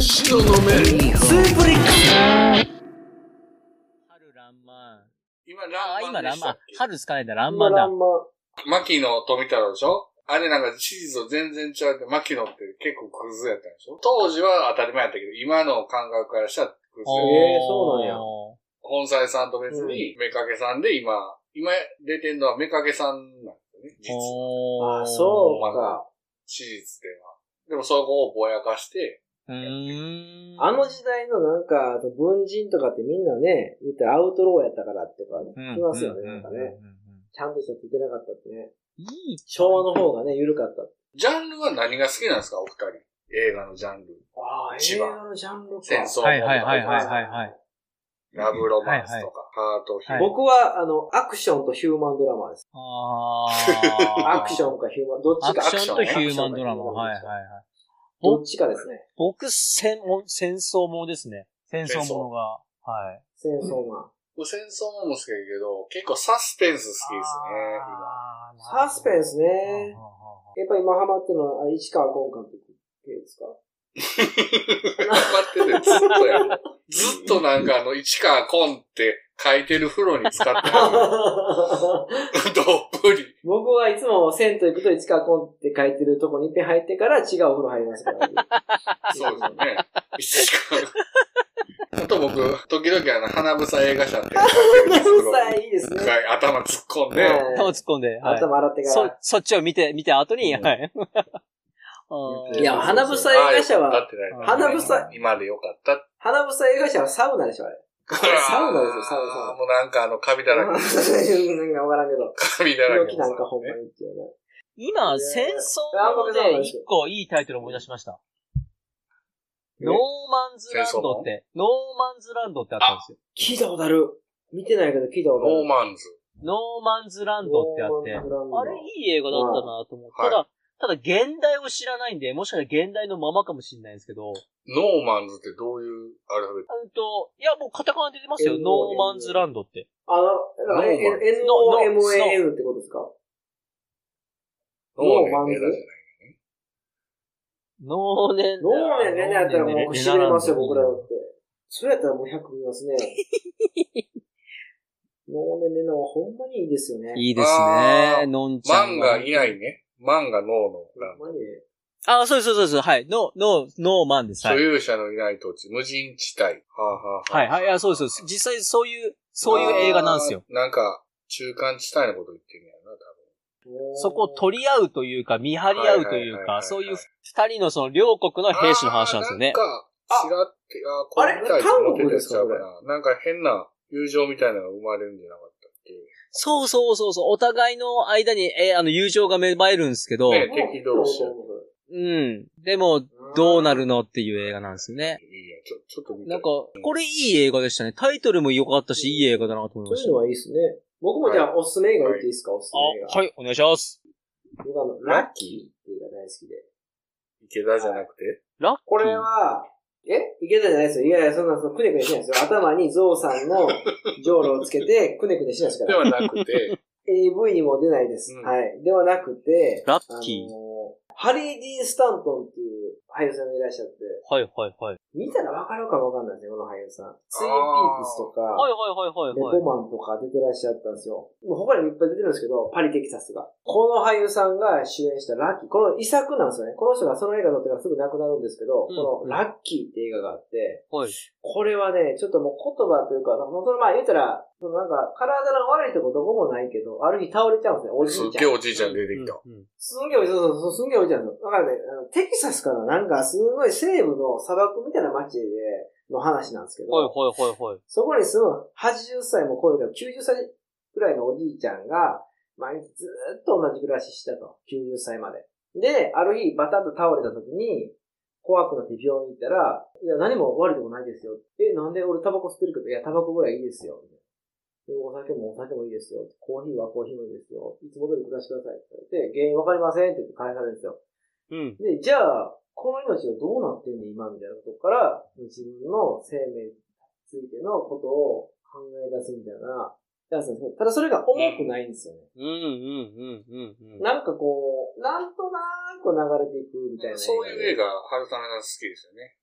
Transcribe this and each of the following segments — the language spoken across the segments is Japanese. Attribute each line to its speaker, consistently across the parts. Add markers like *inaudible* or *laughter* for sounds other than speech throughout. Speaker 1: スを飲め
Speaker 2: スープリックス
Speaker 3: 春ランマン。
Speaker 1: 今、
Speaker 3: あ、
Speaker 1: ランマ
Speaker 3: 今
Speaker 1: ンで
Speaker 3: ラン
Speaker 1: した
Speaker 3: マン
Speaker 1: っけ。
Speaker 3: 春使えたランマンだ
Speaker 4: ラ。ンマン。
Speaker 1: 牧野富太郎でしょあれなんかシリーズと全然違うって、牧野って結構クズやったんでしょ当時は当たり前やったけど、今の感覚からしたらクズ
Speaker 4: ー
Speaker 1: や。
Speaker 4: えそうなんや
Speaker 1: 本妻さんと別に、メカケさんで今、今出てんのはメカケさんなんですよね、実は。
Speaker 3: お
Speaker 4: あ、そ
Speaker 1: ま
Speaker 4: う
Speaker 1: だ
Speaker 4: か。
Speaker 1: シリーズでは。でもそこをぼやかして、
Speaker 3: う。うーん。
Speaker 4: あの時代のなんか、文人とかってみんなね、言ったらアウトローやったからってか、聞きますよね、なんか
Speaker 3: う
Speaker 4: ね。
Speaker 3: んうんうん
Speaker 4: ちゃんとしたって言ってなかったってね。
Speaker 3: うん。いい。
Speaker 4: 昭和の方がね、緩かったって。
Speaker 1: ジャンルは何が好きなんですか、お二人。映画のジャンル。
Speaker 4: ああ、
Speaker 1: 一
Speaker 4: 映
Speaker 1: 番
Speaker 4: 画のジャンルか。
Speaker 1: 戦争
Speaker 3: はいはいはいはいはいはい。
Speaker 1: ラブロマンス
Speaker 3: はい
Speaker 1: と
Speaker 3: はい
Speaker 1: か、ハートヒーロー
Speaker 4: 僕は、あの、アクションとヒューマンドラマです。
Speaker 3: あー
Speaker 4: アクションかヒューマン、どっ
Speaker 3: ア
Speaker 4: ちか
Speaker 3: クションとヒューマンドラマ。
Speaker 4: アクションか
Speaker 3: はいはい
Speaker 4: ヒュ
Speaker 3: はい。
Speaker 4: ーマンドラマどっちかですね。
Speaker 3: 僕、戦、も戦争ものですね。戦
Speaker 1: 争
Speaker 3: 争
Speaker 1: もの
Speaker 3: ものが。はい。
Speaker 4: 戦争マン。
Speaker 1: 僕戦争ものも好きだけど、結構サスペンス好きですね、今。
Speaker 4: サスペン
Speaker 3: ス
Speaker 4: スね。やっぱ今ハマってるのは、あ市川崑監督系ですか
Speaker 1: 頑張ってて、ずっとやる。ずっとなんかあの、市川コンって書いてる風呂に使って
Speaker 4: *laughs*
Speaker 1: ある。どっぷり。
Speaker 4: 僕はいつも銭湯行くと市川崑って書いてるとこに一遍入ってから違うお風呂入りますから。
Speaker 1: そうですよね。市川。あと僕、時々あの、花房映画社って。
Speaker 4: *laughs* うるさい、いいですね。
Speaker 1: はい頭突っ込んで、
Speaker 4: はい
Speaker 3: 頭突っ込んで。はい。
Speaker 4: 頭洗ってか
Speaker 3: そ
Speaker 4: ら。、
Speaker 3: そっちを見て、見て後に、
Speaker 1: うん
Speaker 4: *laughs*
Speaker 3: はい。あー
Speaker 4: いや花房映画社は
Speaker 1: ああよかったってなります
Speaker 4: 花房
Speaker 1: 今でよかったって。
Speaker 4: 花房映画社はサウナでしょ、あれ。サウナですよサウナサウナ
Speaker 1: もうなんかあの、カビだらけ。
Speaker 4: なんかわからんけど。
Speaker 1: カビだら
Speaker 4: 病
Speaker 1: け。
Speaker 4: 気なんかほんまにっていうね。
Speaker 3: 今、戦争で一個いいタイトル思い出しました。
Speaker 4: え
Speaker 3: ノーマンズランドって、ノーマンズランドってあったんですよ。
Speaker 4: 聞いたことある。見てないけど聞いたことあ
Speaker 1: ノ
Speaker 4: る
Speaker 1: ー。マンズ。
Speaker 3: ノーマンズランドってあって、あ
Speaker 4: ノーマンズランド
Speaker 3: れいい映画だったなと思って、
Speaker 1: はい
Speaker 3: ただ、ただ現代を知らないんで、もしかしたら現代のままかもしれないんですけど、
Speaker 1: ノーマンズってどういうアルファベット
Speaker 3: うんと、いやもうカタカナで出てますよ、
Speaker 4: NO
Speaker 3: ノーマンズランドって。
Speaker 4: あの、
Speaker 1: ノーマン
Speaker 4: NOMAN ってことですかノーマ
Speaker 1: ノ
Speaker 4: ンズ
Speaker 1: じゃない
Speaker 3: ノーネン
Speaker 4: 脳年年齢やったらもうしびれますよ、僕らだ
Speaker 3: は
Speaker 4: って。それやったらもう100見ますね。脳年齢のはほんまにいいですよね。
Speaker 3: いいです
Speaker 1: あー
Speaker 3: ね、のんちゃ
Speaker 1: マ
Speaker 3: ん。
Speaker 1: ンがいないね。マンがノーのラン
Speaker 4: ほんまに。
Speaker 3: あ、そうですそうですそうです。はい。ノー、ノー、ノーマンです。
Speaker 1: 所
Speaker 3: はい。
Speaker 1: 有者のいない土地、無人地帯。はあ、はあ、
Speaker 3: はい、はい。いや、そうですそうです。実際そういう、そういう映画なんですよ。。
Speaker 1: あーなんか、中間地帯のこと言ってるんやな、
Speaker 3: そこを取り合うというか、見張り合う
Speaker 1: はいはいは
Speaker 3: という
Speaker 1: いはい
Speaker 3: か、そういう二人のその両国の
Speaker 1: 多分。
Speaker 3: 兵士の話なんですよね
Speaker 1: あ。ーなんか、ちらって、あー、これみたいと思ってたやつちゃうかな。なんか変な友情みたいなのが生まれるんじゃなかったっけ
Speaker 3: そうそうそうそう。お互いの間に、えーあの、友情が芽生えるんですけど、
Speaker 1: ね敵同士
Speaker 3: うん。でも、どうなるのっていう映画なんですよね。
Speaker 1: いいや、ちょ、ちょっと見て。
Speaker 3: なんか、これいい映画でしたね。タイトルも良かったし、いい映画だなと思い
Speaker 4: そ
Speaker 3: ま
Speaker 4: うい
Speaker 3: し
Speaker 4: うの
Speaker 3: た。
Speaker 4: はいいですね。僕もじゃあおすすめ映画言っていいですか、おすすめ映
Speaker 3: あ、
Speaker 4: 画。
Speaker 3: はい、お願いします。
Speaker 4: 僕あの、ラッキーっていう映画大好きで。
Speaker 1: 池田じゃなくて
Speaker 3: ラッキー。
Speaker 4: これは、えいけたじゃないですよ。いやいや、そんな、そのくねくねしないですよ。頭にゾウさんのジョウロをつけて、くねくねしないですか
Speaker 1: で
Speaker 4: ら。
Speaker 1: はなくて、
Speaker 4: AV にも出ないです。
Speaker 1: うん
Speaker 4: はい。ではなくて、
Speaker 3: ラッキー
Speaker 4: あのハリー・ディーン・スタントンっていう俳優さんがいらっしゃって、
Speaker 3: はいはいはい。
Speaker 4: 見たらわかるかわかんないですね、この俳優さん。ツインピークスとか、
Speaker 3: はいはいはいはい
Speaker 4: レポ
Speaker 3: はい。
Speaker 4: マンとか出てらっしゃったんですよ。もう他にもいっぱい出てるんですけど、パリ・テキサスが。この俳優さんが主演したラッキー。この遺作なんですよね。この人がその映画撮ってからすぐ亡くなるんですけど、
Speaker 3: うん
Speaker 4: このラッキーって映画があって、
Speaker 3: はい。
Speaker 4: これはね、ちょっともう言葉というか、本当にまあ言うたら、そのなんか体の悪いとこどこもないけど、ある日倒れちゃうんですね、おじい
Speaker 1: す
Speaker 4: ちゃん。
Speaker 1: っげえおじいちゃん出てきた。
Speaker 3: うんうん
Speaker 4: すんげえおじそうそうそう、すんげえおじなんですよ。だからね、あのテキサスかななんかすごい西部の砂漠みたいな街で、の話なんですけど、
Speaker 3: はいはいはいはい。
Speaker 4: そこに住む80歳も超えた90歳くらいのおじいちゃんが、毎日ずーっと同じ暮らししてたと。90歳まで。で、ある日バタッと倒れた時に、怖くなって病院行ったら、いや、何も悪いでもないですよ。え、なんで俺タバコ吸ってるけど、いや、タバコぐらいいいですよ。でお酒もお酒もいいですよ。コーヒーはコーヒーもいいですよ。いつも通り暮らしてくださいって言われて、原因わかりませんって言って返されるんですよ。
Speaker 3: うん。
Speaker 4: で、じゃあ、この命はどうなってんねん、今みたいなことから、自分の生命についてのことを考え出すみたいな、やつなんですけどただそれが重くないんですよね。
Speaker 3: うんうんうんうんうん。
Speaker 4: なんかこう、なんとなく流れていくみたいな。
Speaker 1: そういう映。画、春雨さん好きですよね。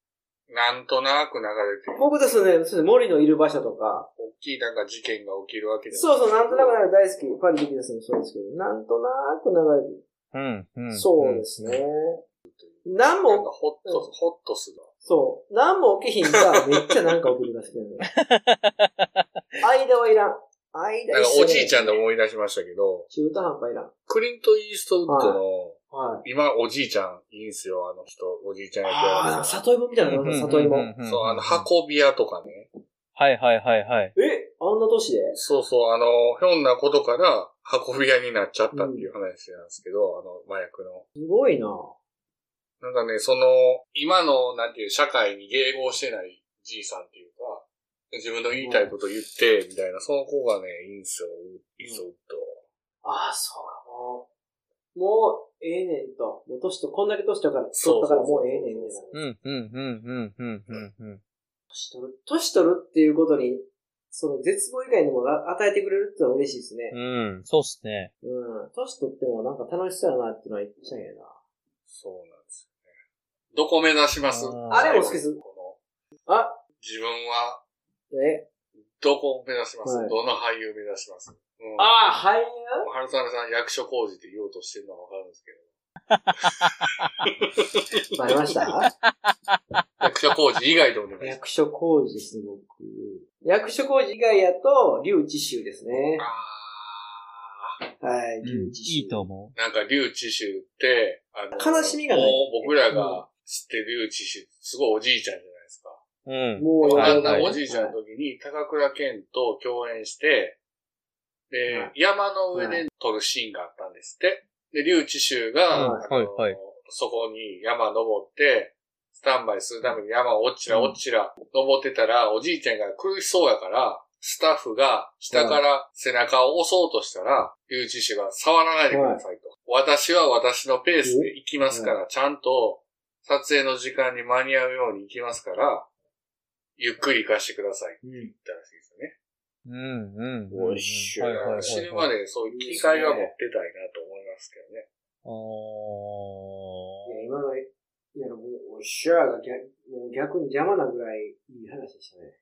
Speaker 1: なんとなく流れている。
Speaker 4: 僕ですね、そうですね森のいる場所とか、
Speaker 1: 大きいなんか事件が起きるわけでも
Speaker 4: そうそう、なんとなくなんか大好き、パリ・ビキナスもそうですけど、なんとなく流れてる。
Speaker 2: うん。うん。
Speaker 4: そうですね。何
Speaker 1: なん
Speaker 4: も、
Speaker 1: かホッと、ホッとするわ。
Speaker 4: そう、何も起きひんが、めっちゃなんか起きるらしく
Speaker 1: *laughs*
Speaker 4: ない。間はいらん。間
Speaker 1: なんか
Speaker 4: 一緒
Speaker 1: おじいちゃんで
Speaker 4: で
Speaker 1: 思い出しましたけど、
Speaker 4: 中途半端いらん。
Speaker 1: クリント・イーストウッドの、
Speaker 4: はい。
Speaker 1: 今おじいちゃん、いいんすよ、あの人、おじいちゃんやって
Speaker 4: ああ、
Speaker 1: る
Speaker 4: 里芋みたいなの、里芋。え、
Speaker 1: やつ。そう、あの、。運び屋とかね。
Speaker 2: はいはいはいはい。
Speaker 4: あんな年で
Speaker 1: そうそう、あの、ひょんなことから運び屋になっちゃったっていう話なんですけど、あの、麻薬の。
Speaker 4: すごいな
Speaker 1: なんかね、その、今の、なんていう、社会に迎合してないじいさんっていうか、自分の言いたいこと言って、みたいな、その子がね、いいんすよ、イーストウッド。
Speaker 4: ああ、そうか、もう。もう、ええねんと。もう年と、こんだけ年とから、
Speaker 1: そう
Speaker 4: 取ったからもうええねんみたいな。
Speaker 2: うん、うん、うん、うん、うん、うん。
Speaker 4: 年取る、年取るっていうことに、その絶望以外にもな与えてくれるってのは嬉しいですね。
Speaker 2: うん、そうっすね。
Speaker 4: うん。年取ってもなんか楽しそうやなっていうのは言っちゃうんやな。
Speaker 1: そうなんですよね。どこ目指します
Speaker 2: あ
Speaker 4: れも好きです。
Speaker 1: こ
Speaker 4: あ
Speaker 1: の自分は、
Speaker 4: え
Speaker 1: どこを目指します、
Speaker 4: はい
Speaker 1: どの俳優を目指します、うん、
Speaker 4: ああ、俳優
Speaker 1: 春雨さん役所工事って言おうとしてるのはわかるんですけ
Speaker 4: *laughs*
Speaker 1: ど。
Speaker 4: バレました
Speaker 2: *laughs*
Speaker 1: 役所工事以外でお願
Speaker 4: *laughs*
Speaker 1: いします。
Speaker 4: 役所工事ですね、僕。役所工事以外やと、竜智秀ですね。
Speaker 1: あ
Speaker 4: はい、
Speaker 2: うん
Speaker 4: 竜、智秀。
Speaker 2: いいと思
Speaker 1: ーなんか、竜智秀って、あ
Speaker 4: 悲しみがない
Speaker 1: もう僕らが知ってる竜智秀、すごいおじいちゃんじゃないですか。
Speaker 2: う。うん。
Speaker 4: もう、
Speaker 2: はい
Speaker 1: あ
Speaker 2: は
Speaker 1: ん
Speaker 2: い
Speaker 1: なおじいちゃんの時に、高倉健と共演して、で、
Speaker 4: はい
Speaker 1: 山の上で撮るシーンがあったんですって。で、竜智秀が、
Speaker 4: はい
Speaker 1: あの
Speaker 2: はいはい
Speaker 1: そこに山登って、スタンバイするために山をおっちらおっちら登ってたら、おじいちゃんが苦しそうやから、スタッフが下から背中を押そうとしたら、竜智秀が触らないでくださいと。私は私のペースで行きますから、ちゃんと撮影の時間に間に合うように行きますから、ゆっくり行かしてくださいって言ったらしいですよね。
Speaker 2: うん、うん。
Speaker 1: おいしい
Speaker 2: はいはいはいはい。
Speaker 1: 死ぬまでそういう機会は持ってたいなと思いますけどね。
Speaker 2: あー
Speaker 4: いや、今の、いや、もう、おっしゃーが逆もう逆に邪魔なぐらいいい話
Speaker 2: *laughs*
Speaker 4: でしたね。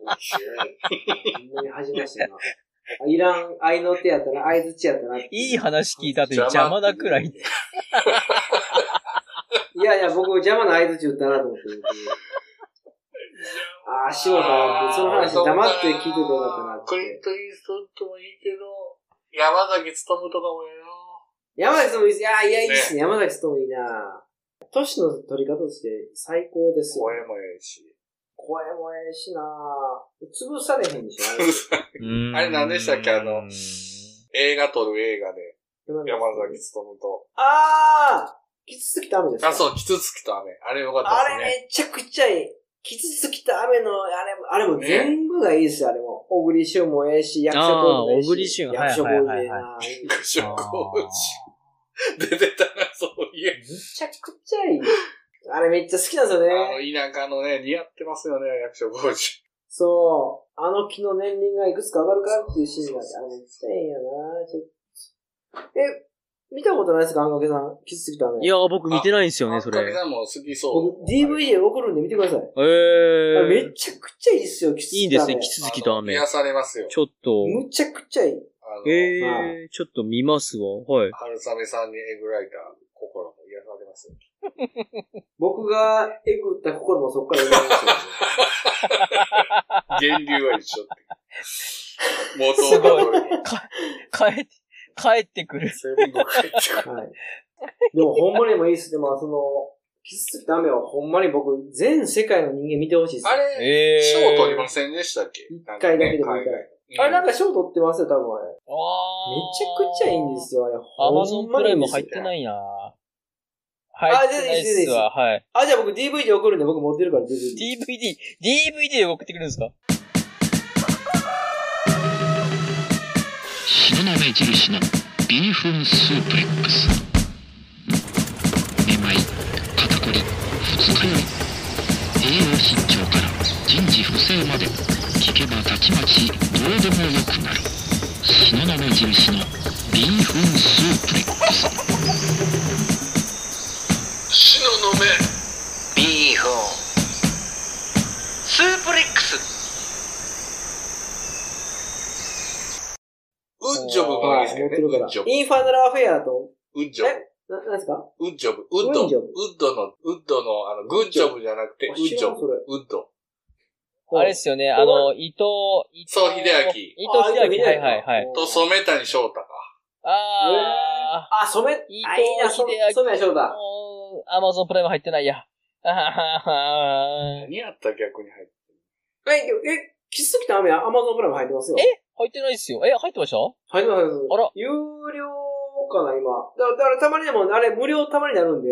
Speaker 4: おっしゃー。ほんまに恥じましたな。あいらん、愛の手やったら、相づちやったな。い
Speaker 2: いい話聞いた後に邪魔だくらいって。
Speaker 4: *laughs* やいや、僕邪魔な相づち打ったなと思って。ああ、しもたって、その話黙って聞いててよかったなっ
Speaker 1: クリン
Speaker 4: て。
Speaker 1: ト・イーストウッドもいいけど、山崎努とかもやよ。
Speaker 4: 山崎さんもいいっす。いや、いや、いいっすね。山崎さんもいいな。都市の取り方として最高ですよ。
Speaker 1: 声もええし。
Speaker 4: 声もええしな潰されへんでしょ、あれ
Speaker 1: あれ何でしたっけあの映画撮る映画で、
Speaker 4: 山
Speaker 1: 山崎努と。
Speaker 4: あーキツツキと雨ですか
Speaker 1: あ、そう、キツツキと雨。あれよかった
Speaker 4: あ
Speaker 1: です
Speaker 4: れ
Speaker 1: ね。
Speaker 4: めちゃくちゃいい。キツツキと雨の、あれも、あれも全部がいいですよ、あれも。小栗旬もええし、役所工事もええし。
Speaker 3: あー小栗旬はい
Speaker 4: 役所工事もええな
Speaker 2: はい
Speaker 1: *laughs* 役所工事。出てたな、そういえば
Speaker 4: めちゃくちゃいい。あれめっちゃ好きなんです
Speaker 1: あ
Speaker 4: よね。
Speaker 1: の、田舎のね、似合ってますよね、役所工事。
Speaker 4: そう。あの木の年輪がいくつか上がるかっていうシーンがあって、あれめっちゃええんやなちょっと。え、見たことないですかあんかけさん。キツツキと雨。
Speaker 3: いや、僕見てないんですよね、
Speaker 1: あ
Speaker 3: そ
Speaker 1: かけ
Speaker 3: れ。
Speaker 1: さんも好きそう。
Speaker 4: 僕 DVD 送るんで見てください。
Speaker 3: え
Speaker 4: あれめ
Speaker 3: ー。
Speaker 4: ちゃくちゃいいっすよ、キツツ
Speaker 3: いいん
Speaker 4: キ
Speaker 3: で
Speaker 4: と
Speaker 3: す
Speaker 4: 雨。
Speaker 3: ね、キツツキと雨
Speaker 1: あの。癒されますよ。
Speaker 3: ちょっと。
Speaker 4: むちゃくちゃいい。
Speaker 1: あの、
Speaker 3: えー、ちょっと見ますわ。はい。
Speaker 1: 春雨さんにえぐられた心も癒されます *laughs* よ。
Speaker 4: 僕がえぐった心もそこから生まれましたよね。
Speaker 1: 源流は一緒って。元をたどり。
Speaker 3: 帰って、帰っ
Speaker 1: *laughs*
Speaker 3: てくる。
Speaker 1: 全部帰ってくる。
Speaker 4: はい。 *laughs* でもほんまにもいいっす。でもその、キスつきた雨はほんまに僕、全世界の人間見てほしいっす。
Speaker 1: あれ、
Speaker 2: えー。
Speaker 1: 賞取りませんでしたっけ
Speaker 4: 一回だけでも一回。あれなん
Speaker 1: かね、
Speaker 4: か賞取ってますよ、多分あれ。め
Speaker 2: あー
Speaker 4: ちゃくちゃいいんですよ、あれ。
Speaker 2: アマゾンプライム入っ
Speaker 4: い
Speaker 2: てないな入ってないっすわ、はい。
Speaker 4: あ、じゃあ僕 DVD 送るんで僕持ってるから、DVD。
Speaker 2: DVD、DVD で送ってくれるんですか
Speaker 5: 東雲印のビーフンスープレックスめまい肩こり二日酔い栄養失調から人事不正まで聞けばたちまちどうでもよくなる東雲印のビーフンスープレックス
Speaker 1: 死ののめ、ですけどね。ウ
Speaker 4: 思ってるから
Speaker 1: ッジョブ。
Speaker 4: インファナルアフェアと、
Speaker 1: ウッジョブ。
Speaker 4: な、なんですか
Speaker 1: ウッジョブ。ウッド。
Speaker 4: ウ
Speaker 1: ウ
Speaker 4: ッ
Speaker 1: ッ
Speaker 4: ジョブ
Speaker 1: ドの、ウッドの、あの、グッジョブじゃなくて、ウ
Speaker 4: あ
Speaker 1: ッ
Speaker 4: 知
Speaker 1: ジ
Speaker 4: ら
Speaker 1: ョ
Speaker 4: ん
Speaker 1: ブ。
Speaker 4: それ
Speaker 1: ウッド。
Speaker 2: あれですよね、あの、伊藤、伊藤。
Speaker 1: そう秀
Speaker 2: 伊
Speaker 1: 明
Speaker 2: 藤秀明、はいはいはい。
Speaker 1: と、染谷翔太か。
Speaker 2: あ
Speaker 4: あ、染め、あ、い
Speaker 2: 伊
Speaker 4: い
Speaker 2: 藤
Speaker 4: な、染
Speaker 2: 秀明
Speaker 4: 染谷翔
Speaker 2: ー、
Speaker 4: 太。
Speaker 2: もう、アマゾンプライム入ってないや。あははは
Speaker 1: 何やったら逆に入って。
Speaker 4: え、でもえ、キスときた雨、アマゾンプライム入ってますよ。
Speaker 2: え入ってないっすよ。え、入ってました
Speaker 4: 入ってます、入ってます。
Speaker 2: あら
Speaker 4: 有料かな、今。だから、だからたまにでも、あれ、無料たまになるんで、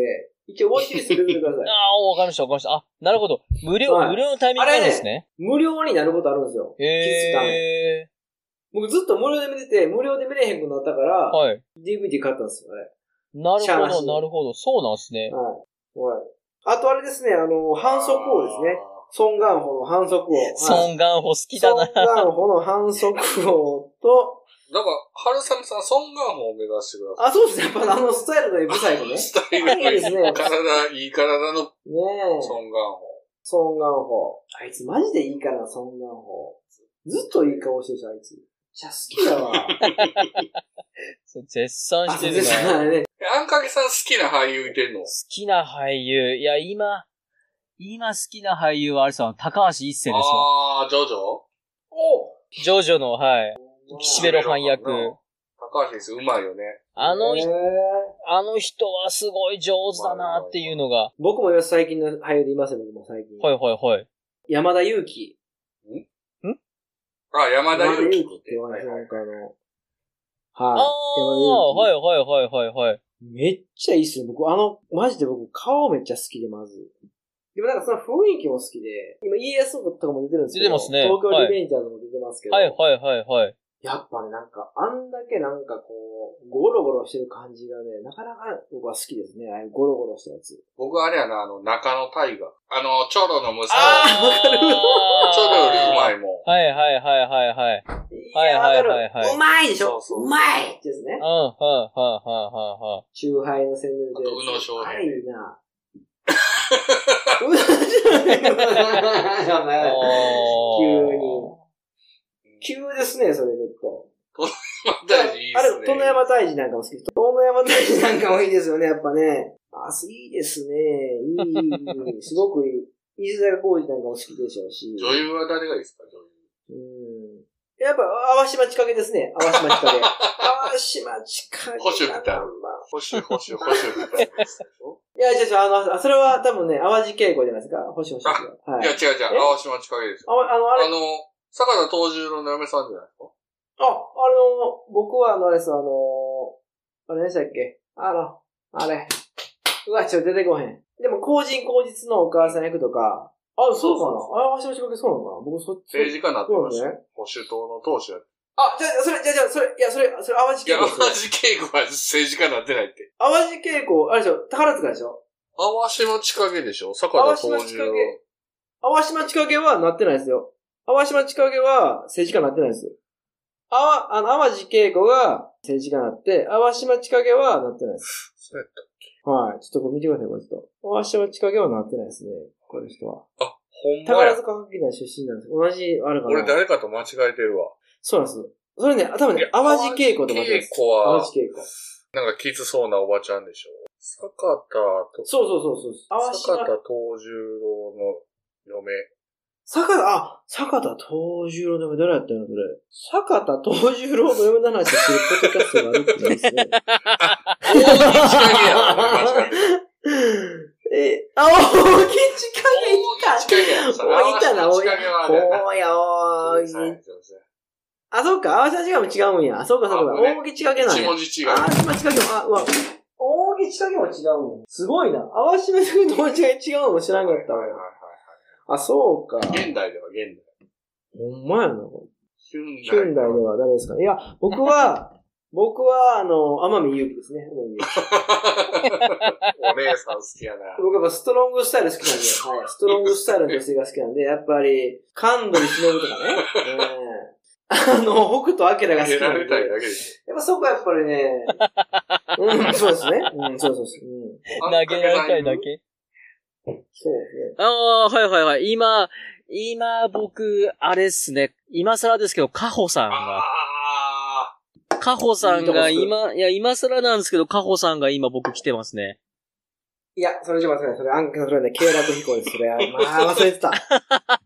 Speaker 4: 一応ウォッチリスト入れてください。
Speaker 2: *laughs* ああ、わかりました、わかりました。あ、なるほど。無料、
Speaker 4: はい
Speaker 2: 無料のタイミングなんですね。
Speaker 4: 無料になることあるんですよ。気づかない
Speaker 2: へえ。
Speaker 4: 僕ずっと無料で見てて、無料で見れへんくなったから、
Speaker 2: はい。
Speaker 4: DVD 買ったんですよ、あれ。
Speaker 2: なる
Speaker 4: シャア
Speaker 2: ほ
Speaker 4: な
Speaker 2: ど、
Speaker 4: し
Speaker 2: なるほど。そうなんですね。
Speaker 4: はい。はい。あとあれですね、あの、反則王ですね。ソンガンホの反則王。はい
Speaker 2: ソンガンホ好きだな。
Speaker 4: ソンガンホの反則王と、
Speaker 1: あー。だから、春雨さん、ソンガンホを目指してください。
Speaker 4: あ、そうですね、やっぱあのスタイルのエブサイ
Speaker 2: *laughs*
Speaker 1: *laughs*
Speaker 4: ドね。ね
Speaker 1: スタイルのいい、
Speaker 4: そうですね
Speaker 1: 体、いい体の
Speaker 4: え。
Speaker 1: ソンガンホ。
Speaker 4: ソンガンホ。あいつマジでいいから、ソンガンホ。ずっといい顔してるし、あいつ。めっちゃ好き
Speaker 2: *laughs*
Speaker 4: だわ。
Speaker 2: そう絶賛
Speaker 4: あ、
Speaker 2: してる
Speaker 4: そうで *laughs*
Speaker 2: な。
Speaker 4: すねあれね。
Speaker 1: えあんかけさん好きな俳優いてんの
Speaker 2: 好きな俳優。いや、今、今好きな俳優はあれさん、高橋一生ですわ。
Speaker 1: ああ、ジョジョ
Speaker 4: お
Speaker 2: ジョジョの、はい。岸辺露伴役。
Speaker 1: 高橋です。うまいよね。
Speaker 2: あの、
Speaker 4: へえ
Speaker 2: あの人はすごい上手だなっていうのが。
Speaker 4: 僕も最近の俳優でいますよ、僕も最近。
Speaker 2: はいはいはい。
Speaker 4: 山田裕貴。
Speaker 1: あ、山田裕貴
Speaker 4: 山って言われてなんかあの、は
Speaker 2: ああ、
Speaker 4: い。山田
Speaker 2: はい
Speaker 4: 裕
Speaker 2: はいはいはいはい。
Speaker 4: 貴めっちゃいいっすよ。僕、あの、マジで僕、顔めっちゃ好きで、まず。でもなんかその雰囲気も好きで、今 ES とかも出てるんですけ
Speaker 2: 出
Speaker 4: ど、
Speaker 2: てますね
Speaker 4: 東京リベンジャーズも出てますけど、
Speaker 2: はいはいはいはい。
Speaker 4: やっぱね、なんか、あんだけなんかこう、ゴロゴロしてる感じがね、なかなか僕は好きですね。ああいうゴロゴロしたやつ。
Speaker 1: 僕あれやな、あの、中野大河。あの、チョロの娘。
Speaker 4: あーわ
Speaker 3: *laughs*
Speaker 4: かる
Speaker 1: チョロよりうま
Speaker 2: い。
Speaker 1: いもん。
Speaker 2: はいはいはいはいはい。はいはいはいはい
Speaker 4: やわかるうまいでしょ
Speaker 1: そうそう
Speaker 4: うまいですね
Speaker 2: うん、。はいはいはいはいはい。
Speaker 4: チューハイの宣伝で。
Speaker 1: あと宇野昌平
Speaker 4: あいいな。宇野
Speaker 1: *laughs*
Speaker 4: 昌
Speaker 2: あ
Speaker 4: 平
Speaker 2: ー
Speaker 4: 急に。急ですね、それちょっと。
Speaker 1: またいいっ
Speaker 4: あれ
Speaker 1: す、ね。
Speaker 4: 殿山大治なんかも好き。殿山大治なんかもいいですよね、やっぱね。あ、すいいですね。いい
Speaker 1: *laughs*
Speaker 4: いい、すごくいい。飯坂浩二なんかも好きでしょうし。
Speaker 1: 女優は誰がいいですか、女優。
Speaker 4: うん。やっぱ、淡島千景ですね。淡島
Speaker 1: *laughs*
Speaker 4: 千景。淡島千景。
Speaker 1: 保守みたいな保守、保守、保守みたいなやつでしょ
Speaker 4: いや、違う違う、あの、それは多分ね、淡路稽古じゃないですか。星星君 *laughs* は。はいい。
Speaker 1: や、違う違う、青島千景ですよ。
Speaker 4: ああの、あれ、
Speaker 1: あ
Speaker 4: あの、
Speaker 1: の、坂田藤十郎の嫁さんじゃないですか
Speaker 4: あの、僕はあの、あれです、あの、あれでしたっけあの、あれ。うわ、ちょっと出てこへん。でも、公人公実のお母さん役とか、あ、そうかな。あ、星星君そうなのかな。僕、そっち。
Speaker 1: 政治家になって
Speaker 4: そう
Speaker 1: ま
Speaker 4: で
Speaker 1: し
Speaker 4: す
Speaker 1: たよ。
Speaker 4: ね。
Speaker 1: 保守党の党首やって。
Speaker 4: あ、じゃあ、それ、じゃあじゃあ、それ、いや、それ、それ、淡路
Speaker 1: いや、
Speaker 4: 稽
Speaker 1: 同
Speaker 4: 古ですよ。
Speaker 1: じ稽古は政治家になってないって。
Speaker 4: 淡路稽古、あれでしょ、宝塚でしょ。
Speaker 1: 青島千景でしょ坂田
Speaker 4: 淡島
Speaker 1: 藤
Speaker 4: 千
Speaker 1: 十
Speaker 4: 景
Speaker 1: 郎。。
Speaker 4: 淡島千景はなってないですよ。淡島千景は政治家になってないです。あわ、あの、淡路稽古が政治家になって、淡島千景はなってないです。
Speaker 1: そうやった
Speaker 4: はい。ちょっとこれ見てください、これちょっと。淡島千景はなってないですね。この人は。
Speaker 1: あ、ほんま
Speaker 4: 宝
Speaker 1: や。
Speaker 4: 塚歌劇団出身なんです。同じ、あれかな。
Speaker 1: 俺誰かと間違えてるわ。
Speaker 4: そうなんです。それね、多分
Speaker 1: いや
Speaker 4: ね、淡路稽古と間違え
Speaker 1: 稽
Speaker 4: てます。
Speaker 1: 古
Speaker 4: 淡
Speaker 1: は
Speaker 4: 路、稽古。
Speaker 1: なんかきつそうなおばちゃんでしょ坂田と、
Speaker 4: そうそうそうそう。淡島
Speaker 1: 坂田藤十郎の
Speaker 4: *laughs*
Speaker 1: 嫁。
Speaker 4: 坂田、あ、坂田藤十郎の嫁誰やったのそれ。坂田藤十郎の嫁の話してるポッドキャストがあるってな
Speaker 1: *laughs*
Speaker 4: んですね。
Speaker 1: 大木千景や間違えてる
Speaker 4: え、あ、大木近
Speaker 1: 大木千景や
Speaker 4: くいた。お、いたな、
Speaker 1: 青島千
Speaker 4: おい。
Speaker 1: 景はあれやな
Speaker 4: おや、お
Speaker 1: そう
Speaker 4: い。
Speaker 1: ですね
Speaker 4: あ、そうか、淡路違うも違うんや。あ、そうか、そう
Speaker 1: あ
Speaker 4: か。
Speaker 1: もうね
Speaker 4: 大木近くなん
Speaker 1: 一
Speaker 4: や。
Speaker 1: 文字違い。
Speaker 4: あ、島近くも、あ、うわ。大木近くも違うんや。すごいな。淡島近くと大木違うのも知らんかったわ
Speaker 1: はいはいは
Speaker 4: あ、そうか。
Speaker 1: いはい。現代では現代。
Speaker 4: ほんまやな、これ。
Speaker 1: ヒ
Speaker 4: ヒュンダイでは誰ですかいや、僕は、 *laughs* 僕は、あの、天海祐希ですね。天海祐希
Speaker 1: お姉さん好きやな。
Speaker 4: 僕はやっぱストロングスタイル好きなんで、はい、ストロングスタイルの女性が好きなんで、やっぱり、神取忍とかね。うんあの、北斗晶が好
Speaker 1: 入れ
Speaker 4: き
Speaker 1: ら
Speaker 4: な
Speaker 1: れ
Speaker 4: んで。
Speaker 1: たい
Speaker 4: や
Speaker 1: だ
Speaker 4: っ
Speaker 1: けでし
Speaker 4: ぱそこはやっぱりね、うん、そうですね。うん、そうそうそう。うん、
Speaker 1: ょ。
Speaker 2: 投げられたいだけ
Speaker 4: そうですね。
Speaker 3: ああ、はいはいはい。今、今僕、あれっすね。今更ですけど、カホさん
Speaker 1: あ
Speaker 3: が。
Speaker 1: あ
Speaker 3: カホさんが今、いや、今更なんですけど、カホさんが今僕来てますね。
Speaker 4: いや、それじゃません。それ、アンカそれね、軽楽飛行です。それ、
Speaker 3: *laughs*
Speaker 4: まあ、忘れてた。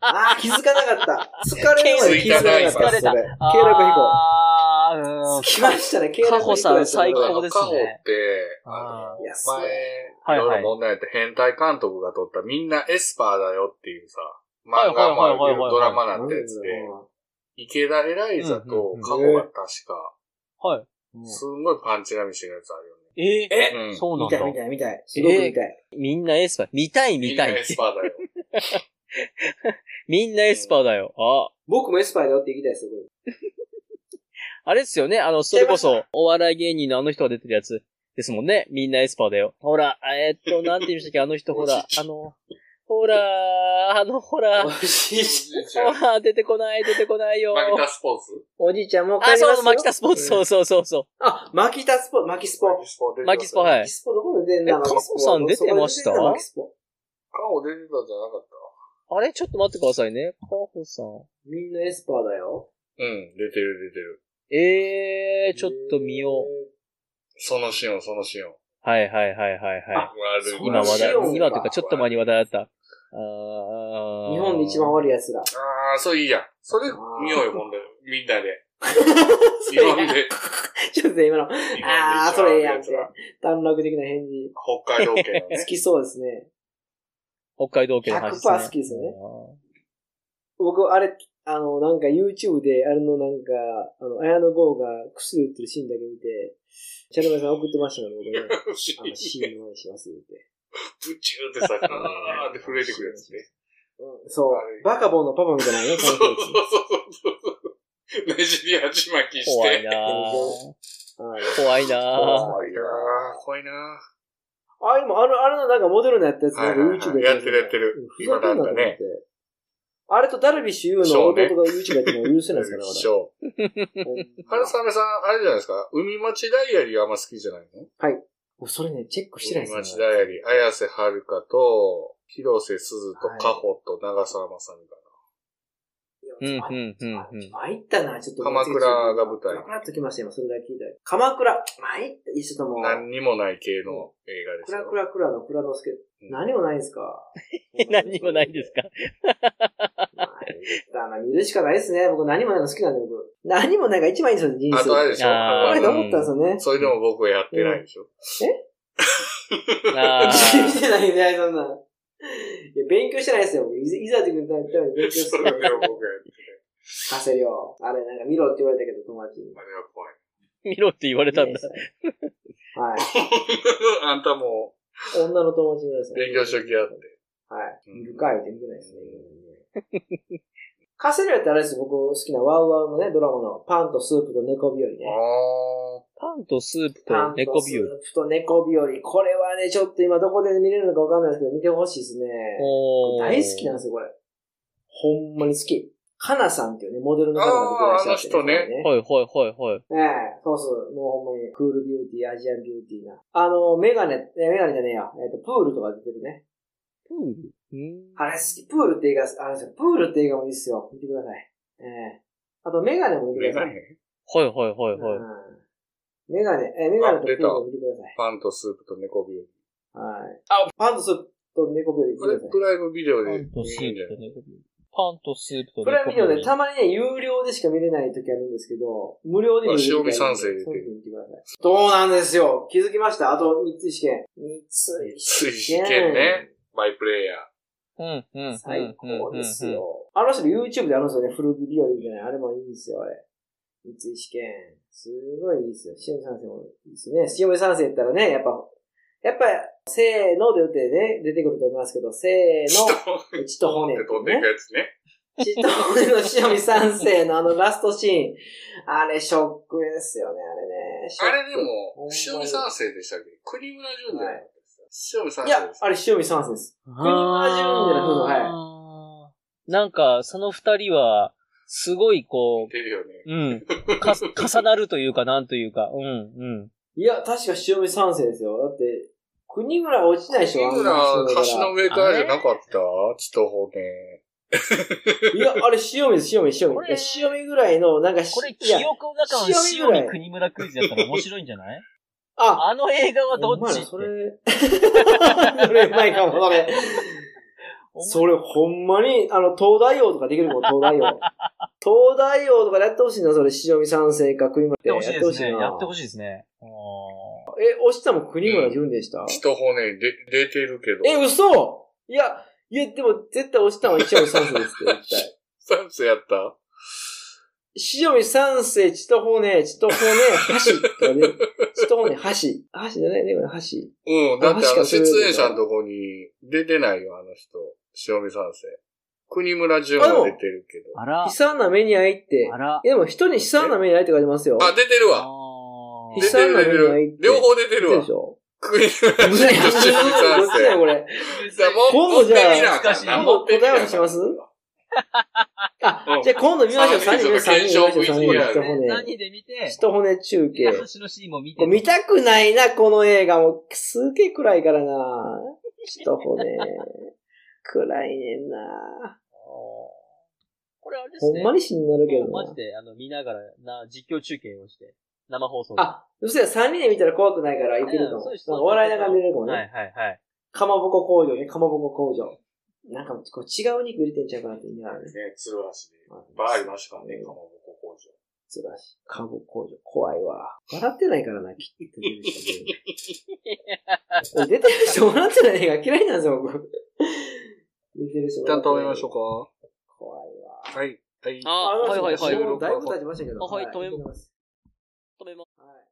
Speaker 4: ああ、気づかなかった。疲れるまで気づかなかったです。それ。軽楽飛行。
Speaker 2: あー、うん。
Speaker 4: 来ましたね、軽楽飛行。
Speaker 3: カホさん最
Speaker 1: あ
Speaker 3: 高
Speaker 1: の
Speaker 3: です
Speaker 1: カホっ
Speaker 3: ね。
Speaker 1: て、
Speaker 2: あ
Speaker 4: いや、すごい
Speaker 2: はい
Speaker 1: 前、
Speaker 2: い
Speaker 1: ろ
Speaker 2: はい
Speaker 1: いろ問題やって変態監督が撮ったみんなエスパーだよっていうさ、
Speaker 2: はい
Speaker 1: 漫画もある
Speaker 2: はいはいはい
Speaker 1: け
Speaker 2: は
Speaker 1: ど
Speaker 2: い
Speaker 1: ドラマなんてやつで、池田エライザとカホが確か、
Speaker 2: はい。
Speaker 1: すんごいパンチ並みしてるやつあるよね。
Speaker 2: え
Speaker 4: え
Speaker 1: うん
Speaker 2: ー、そうな
Speaker 4: 見
Speaker 2: ん
Speaker 4: た
Speaker 2: だ
Speaker 4: い。見たい見たい。すごく見たい。
Speaker 3: みんなエスパー。見たい
Speaker 1: み
Speaker 3: 見
Speaker 1: ん
Speaker 3: た
Speaker 1: なエ
Speaker 3: い
Speaker 1: ス。パーだよ。
Speaker 3: みんなエスパーだよ。あ
Speaker 4: 僕もエスパイだよって言いたいです、こ
Speaker 3: あれですよね。あの、それこそ、お笑い芸人のあの人が出てるやつですもんね。みんなエスパーだよ。ほら、えーっ
Speaker 4: *laughs*
Speaker 3: と、なんて言いましたっけあの人、ほら、あの、ほら、あの、ほら、
Speaker 4: れ。
Speaker 3: ほ
Speaker 4: おじいち
Speaker 3: ら、出てこない、出てこない
Speaker 1: *laughs*
Speaker 3: よ。
Speaker 1: マキタスポーツ
Speaker 4: ゃん。おじいちゃんもう帰り
Speaker 3: あ、
Speaker 4: ますよ
Speaker 3: そうそう、マキタスポーツ、そうそうそうそう。
Speaker 4: あ、マキタスポ、マキスポ。マ
Speaker 1: スポ
Speaker 3: マキスポ、はい
Speaker 4: キ。スポどこで出んな
Speaker 3: えカホさん出てました
Speaker 4: マキスポ。
Speaker 1: カホ出てたんじゃなかっ
Speaker 3: あれちょっと待ってくださいね。カホさん。
Speaker 4: みんなエスパーだよ。
Speaker 1: たうん、出てる出てる。
Speaker 3: えー、ちょっと見よう。
Speaker 1: そのシオン、そのシオン。
Speaker 3: はいはいはいはいは
Speaker 1: 悪
Speaker 3: い。今話題
Speaker 4: そのシオン、か
Speaker 3: 今というかちょっと前に話題だった。あー
Speaker 4: 日本で一番悪い
Speaker 3: *laughs*
Speaker 4: 奴ら。
Speaker 1: ああ、それいいやん。それ見ようよ、ほんで。みんなで。日本で。
Speaker 4: ちょっと今の、あ *laughs* ーそれええやん
Speaker 1: 日本で一番悪い奴ら
Speaker 4: 短絡的な返事。
Speaker 1: 北海道圏のね
Speaker 4: 好。きそうですね。
Speaker 3: 北海道系の話です、ね。
Speaker 4: 100%好きですよね僕、あれ、あの、なんか YouTube で、あれのなんか、あの、綾野剛が薬売ってるシーンだけ見て、チャルメさん送ってましたから、僕
Speaker 1: *laughs*
Speaker 4: ね。
Speaker 1: シ
Speaker 4: あの、シーンの前にします、言って。
Speaker 1: プチューってさ、あーって震えてくるやつね。
Speaker 4: うん、そう。バカボンのパパみたいな
Speaker 1: *laughs*
Speaker 4: ね、こ
Speaker 1: そ
Speaker 4: の
Speaker 1: う
Speaker 4: 人
Speaker 1: そうそうそう。ねじり鉢巻きし
Speaker 3: 怖い
Speaker 1: て。
Speaker 3: なぁ。
Speaker 4: あ
Speaker 3: 怖いなぁ。
Speaker 1: 怖いなぁ怖いなぁ
Speaker 4: あ、今、あの、あれのなんかモデルのやったやつ、なん
Speaker 1: は
Speaker 4: か
Speaker 1: いはいはい
Speaker 4: YouTube
Speaker 1: やってるやってる
Speaker 4: 今だ
Speaker 1: 今なんかね。
Speaker 4: あれとダルビッシュ有の
Speaker 1: そう
Speaker 4: 弟
Speaker 1: ね
Speaker 4: が YouTube やってるの許せないです
Speaker 1: *laughs*
Speaker 4: から、まだ
Speaker 1: 一緒。
Speaker 4: うん
Speaker 1: 春雨さん、あれじゃないですか。海町ダイアリーはあんま好きじゃないの
Speaker 4: もうそれね、チェックしてない
Speaker 1: 海
Speaker 4: です
Speaker 1: 町
Speaker 4: ね。
Speaker 1: ダイアリー。綾瀬はるかと、広瀬すずと、
Speaker 4: はい
Speaker 1: カホと、長澤まさみか
Speaker 3: うん、う
Speaker 4: あ
Speaker 3: ん、うん、うん。
Speaker 4: 参ったな、ちょっと。
Speaker 1: 鎌倉が舞台
Speaker 4: 鎌倉ってきました、今、それだけ聞いたら。鎌倉、参った、一緒ともう。
Speaker 1: な。何にもない系の映画で
Speaker 4: ク
Speaker 1: すよ
Speaker 4: ラ。クラクラの倉之助。
Speaker 1: うん
Speaker 4: 何もないん
Speaker 1: *laughs*
Speaker 4: すか
Speaker 3: 何もないんですか
Speaker 4: まあいいかな見るしかないですね。僕何もないの好きなんで、僕。何もないが一番いいんですよ、人生。
Speaker 1: あとあれでしょ
Speaker 3: あー
Speaker 4: こ
Speaker 1: あ
Speaker 4: れと
Speaker 1: の
Speaker 4: 思ったんですよね。
Speaker 1: それでも僕はやってないでしょ。
Speaker 3: *laughs* あ
Speaker 4: *laughs* 見
Speaker 3: ー
Speaker 4: てないね、そんなん。いや、勉強してないですよ。僕いざいざってくれたら勉強し
Speaker 1: *laughs*
Speaker 4: て
Speaker 1: そ
Speaker 4: な
Speaker 1: れ
Speaker 4: い
Speaker 1: でも。僕はやってない。
Speaker 4: カセリオ。あれ、なんか見ろって言われたけど、友達に。
Speaker 1: あれは怖い。
Speaker 3: *laughs* 見ろって言われたんだ。
Speaker 4: はい。
Speaker 1: *laughs* あんたも
Speaker 4: 女の友達に言われたんです
Speaker 1: 勉強しときやって。
Speaker 4: はい。
Speaker 1: うん
Speaker 4: 見るかいって見てないですね。カセリオってあれですよ、僕好きなワウワウのね、ドラマのパンとスープと猫日和ね。
Speaker 1: ああ。
Speaker 3: パンとスープ
Speaker 4: パ
Speaker 3: と
Speaker 4: ン
Speaker 3: 猫
Speaker 4: と
Speaker 3: ビ
Speaker 4: ス
Speaker 3: ュー。
Speaker 4: ープと猫日和。これはね、ちょっと今どこで見れるのかわかんないですけど、見てほしいですね。
Speaker 3: おー
Speaker 4: 大好きなんですよ、これ。ほんまに好き。かなさんっていうね、モデルの方
Speaker 1: あ
Speaker 4: が
Speaker 1: あ、あの
Speaker 4: 出てらっしゃって
Speaker 1: 人ね。
Speaker 3: はい、はい、はい、はい。
Speaker 4: ええ、そうそう。もうほんまに、クールビューティー、アジアンビューティーな。あの、メガネ、えメガネじゃねえや。えっ、と、プールとか出てるね。
Speaker 3: プールうん
Speaker 4: あれ好き。プールって映画、あれですよ。プールって映画もいいっすよ。見てください。ええあと、メガネも見
Speaker 1: メ
Speaker 4: てく
Speaker 1: ガ
Speaker 4: ださい。
Speaker 1: ネ
Speaker 3: はい、はい、はい、はい。
Speaker 4: うんメガネ、え、メガネとプールも見てください。
Speaker 1: パンとスープと猫ビュー。
Speaker 4: はい。あ、パンとスープと猫ビュー見て
Speaker 1: これ
Speaker 4: ください。
Speaker 1: プライムビデオで
Speaker 2: パ
Speaker 1: 見
Speaker 2: ンとス
Speaker 1: えるんじゃ
Speaker 2: ー
Speaker 1: な
Speaker 2: プと猫
Speaker 1: い
Speaker 2: ビュー。パンとスープと
Speaker 4: プライムビデオ
Speaker 2: ビュ
Speaker 4: ね、たまにね、有料でしか見れない時あるんですけど、無料で見れる時あるんで。
Speaker 1: まあ塩見三世で
Speaker 4: そういう時見てください。どうなんですよ。気づきましたあと三つ試験。三
Speaker 1: 水試験ね。。マイプレイヤー。
Speaker 2: うん、うん、うん。
Speaker 4: 最高です
Speaker 2: うんうんうん
Speaker 4: よ。あの人 YouTube であるんですよね。古着日和みたいな。あれもいいんですよ、あれ。三つ試験。すごいいいですよ。塩見三世もいいですね。塩見三世言ったらね、やっぱ、やっぱ、せーので打ってね、出てくると思いますけど、せ
Speaker 1: ちょっ
Speaker 4: ー
Speaker 1: と、
Speaker 4: の、ちと
Speaker 1: ポン
Speaker 4: 骨、
Speaker 1: っ
Speaker 4: ね
Speaker 1: て。飛んでいくやつね。
Speaker 4: ちと俺の塩見三世のあのラストシーン。あれ、ショックですよね、あれね。ショッ
Speaker 1: あ
Speaker 4: ク
Speaker 1: れでも、
Speaker 4: ほん
Speaker 1: 塩
Speaker 4: ま
Speaker 1: 見
Speaker 4: に
Speaker 1: 三世でしたっけ国村淳じゃなかったですか塩見三
Speaker 4: い
Speaker 1: 世
Speaker 4: や
Speaker 1: で、す。
Speaker 4: あれ塩見三世です。国村淳じゃない、は
Speaker 3: あーなんか、その二人は、すごいこ
Speaker 1: 似てるよね。
Speaker 3: う、うん、 *laughs* か、重なるというか、なんというか、うん、
Speaker 4: い。いや、確か塩見三世ですよ。だって、国村落ちないでしょ、
Speaker 1: 国
Speaker 4: あんな
Speaker 1: 村、
Speaker 4: 人だ
Speaker 1: 橋
Speaker 4: から
Speaker 1: の上からじゃなかったちとほね。
Speaker 4: いや、あれ、塩水、塩水、塩
Speaker 2: こ
Speaker 4: 水。
Speaker 2: れ
Speaker 4: いや塩水ぐらいの、なんか、
Speaker 2: これ、
Speaker 4: い
Speaker 2: 記
Speaker 4: や
Speaker 2: 憶の中の塩
Speaker 4: 塩見ぐら
Speaker 2: 見
Speaker 4: い
Speaker 2: 国村クイズやったら面白いんじゃない
Speaker 4: あ、
Speaker 2: あの映画はど
Speaker 4: お
Speaker 2: っち
Speaker 4: 前
Speaker 2: っ
Speaker 4: ら
Speaker 2: て
Speaker 4: それ、それうまいかも、それ。それ、ほんまに、あの、東大王とかできるもん、東大王。東大王とかでやってほしいな、それ、塩見三世か国村
Speaker 2: やってほしいですね。
Speaker 4: な
Speaker 2: やってほしいですね。あー
Speaker 4: え、押したも国村淳でした、
Speaker 1: 一骨で出てるけど。
Speaker 4: え、嘘いや、いや、でも絶対押したのは塩見三世ですって、絶対。
Speaker 1: 三世やった
Speaker 4: 塩見三世、血と骨、血と骨、箸とかね。血と骨、箸。箸じゃないね、これ箸。
Speaker 1: うん。だってあ
Speaker 4: 確
Speaker 1: の、
Speaker 4: かそ
Speaker 1: 出
Speaker 4: れ
Speaker 1: 演者のとこに出てないよ、あの人。塩見三世。国村淳
Speaker 4: あで
Speaker 1: も
Speaker 4: も
Speaker 1: 出てるけど。
Speaker 2: あら
Speaker 4: 悲、惨な目に遭いって
Speaker 2: あ。ら
Speaker 4: い。やでも人に悲惨な目に遭いって書いてますよ。
Speaker 1: あ、出てるわ。
Speaker 2: あー
Speaker 1: 出てる出て
Speaker 4: 悲惨な目に遭い
Speaker 1: る
Speaker 4: っ。て
Speaker 1: 両方出てる
Speaker 4: そう
Speaker 1: わ
Speaker 4: でし。ょ
Speaker 1: 国村
Speaker 4: むずい。むずい。
Speaker 1: 淳と塩見
Speaker 4: どっ
Speaker 1: 三
Speaker 4: ちだ
Speaker 1: 世。
Speaker 4: よ、これ。
Speaker 1: だからもう
Speaker 4: 今度じゃあ
Speaker 1: もう一回見なあかんな
Speaker 4: 今
Speaker 1: もう
Speaker 4: 度
Speaker 1: 一回見
Speaker 4: 答
Speaker 1: なあかん
Speaker 4: え合わせします
Speaker 1: う
Speaker 4: あ
Speaker 1: ん、
Speaker 4: じゃあ今度見ましょう。
Speaker 1: 三
Speaker 4: 3
Speaker 1: 人で
Speaker 4: 人目、3人目、3人目、
Speaker 1: 検
Speaker 4: 一
Speaker 1: 証
Speaker 4: 骨。
Speaker 2: 何で見て、
Speaker 4: 一骨中継。
Speaker 2: 橋のシーンも見
Speaker 4: こ
Speaker 2: て
Speaker 4: れ。見たくないな、この映画も。すげえ暗いからな。一骨。暗いねんな。
Speaker 2: これあれです
Speaker 4: ほ
Speaker 2: ね。
Speaker 4: んまに死になるけど
Speaker 2: マジ
Speaker 4: な。
Speaker 2: で、あの、見ながら、な、実況中継をして、生放送で。
Speaker 4: あ、そしたら3人で見たら怖くないからいけるか
Speaker 2: うん
Speaker 4: も。
Speaker 2: そう
Speaker 4: な
Speaker 2: で
Speaker 4: ん
Speaker 2: す
Speaker 4: か笑いながら見れるかも
Speaker 2: はい
Speaker 4: ね。
Speaker 2: はいはい。
Speaker 4: かまぼこ工場ね、かまぼこ工場。なんかこう違う肉入れてんちゃうかなって言いながらね。
Speaker 1: ね、鶴橋で。バーありましたからね、かまぼこ工場。
Speaker 4: つらし。かまぼこ工場。怖いわ。笑ってないからな、きっと出てる人。俺出てる人笑ってない映画嫌いなんですよ、僕。出てる人
Speaker 1: 一
Speaker 4: 笑
Speaker 1: 旦
Speaker 4: っ
Speaker 1: 止
Speaker 4: てない
Speaker 1: めましょ
Speaker 4: 怖いわ。
Speaker 1: うか。はい。はい。
Speaker 3: あ、はいはいはい。
Speaker 4: もうだいぶ経ちましたけど。
Speaker 3: あはい止め
Speaker 4: 行きます
Speaker 3: 止めます。
Speaker 4: はい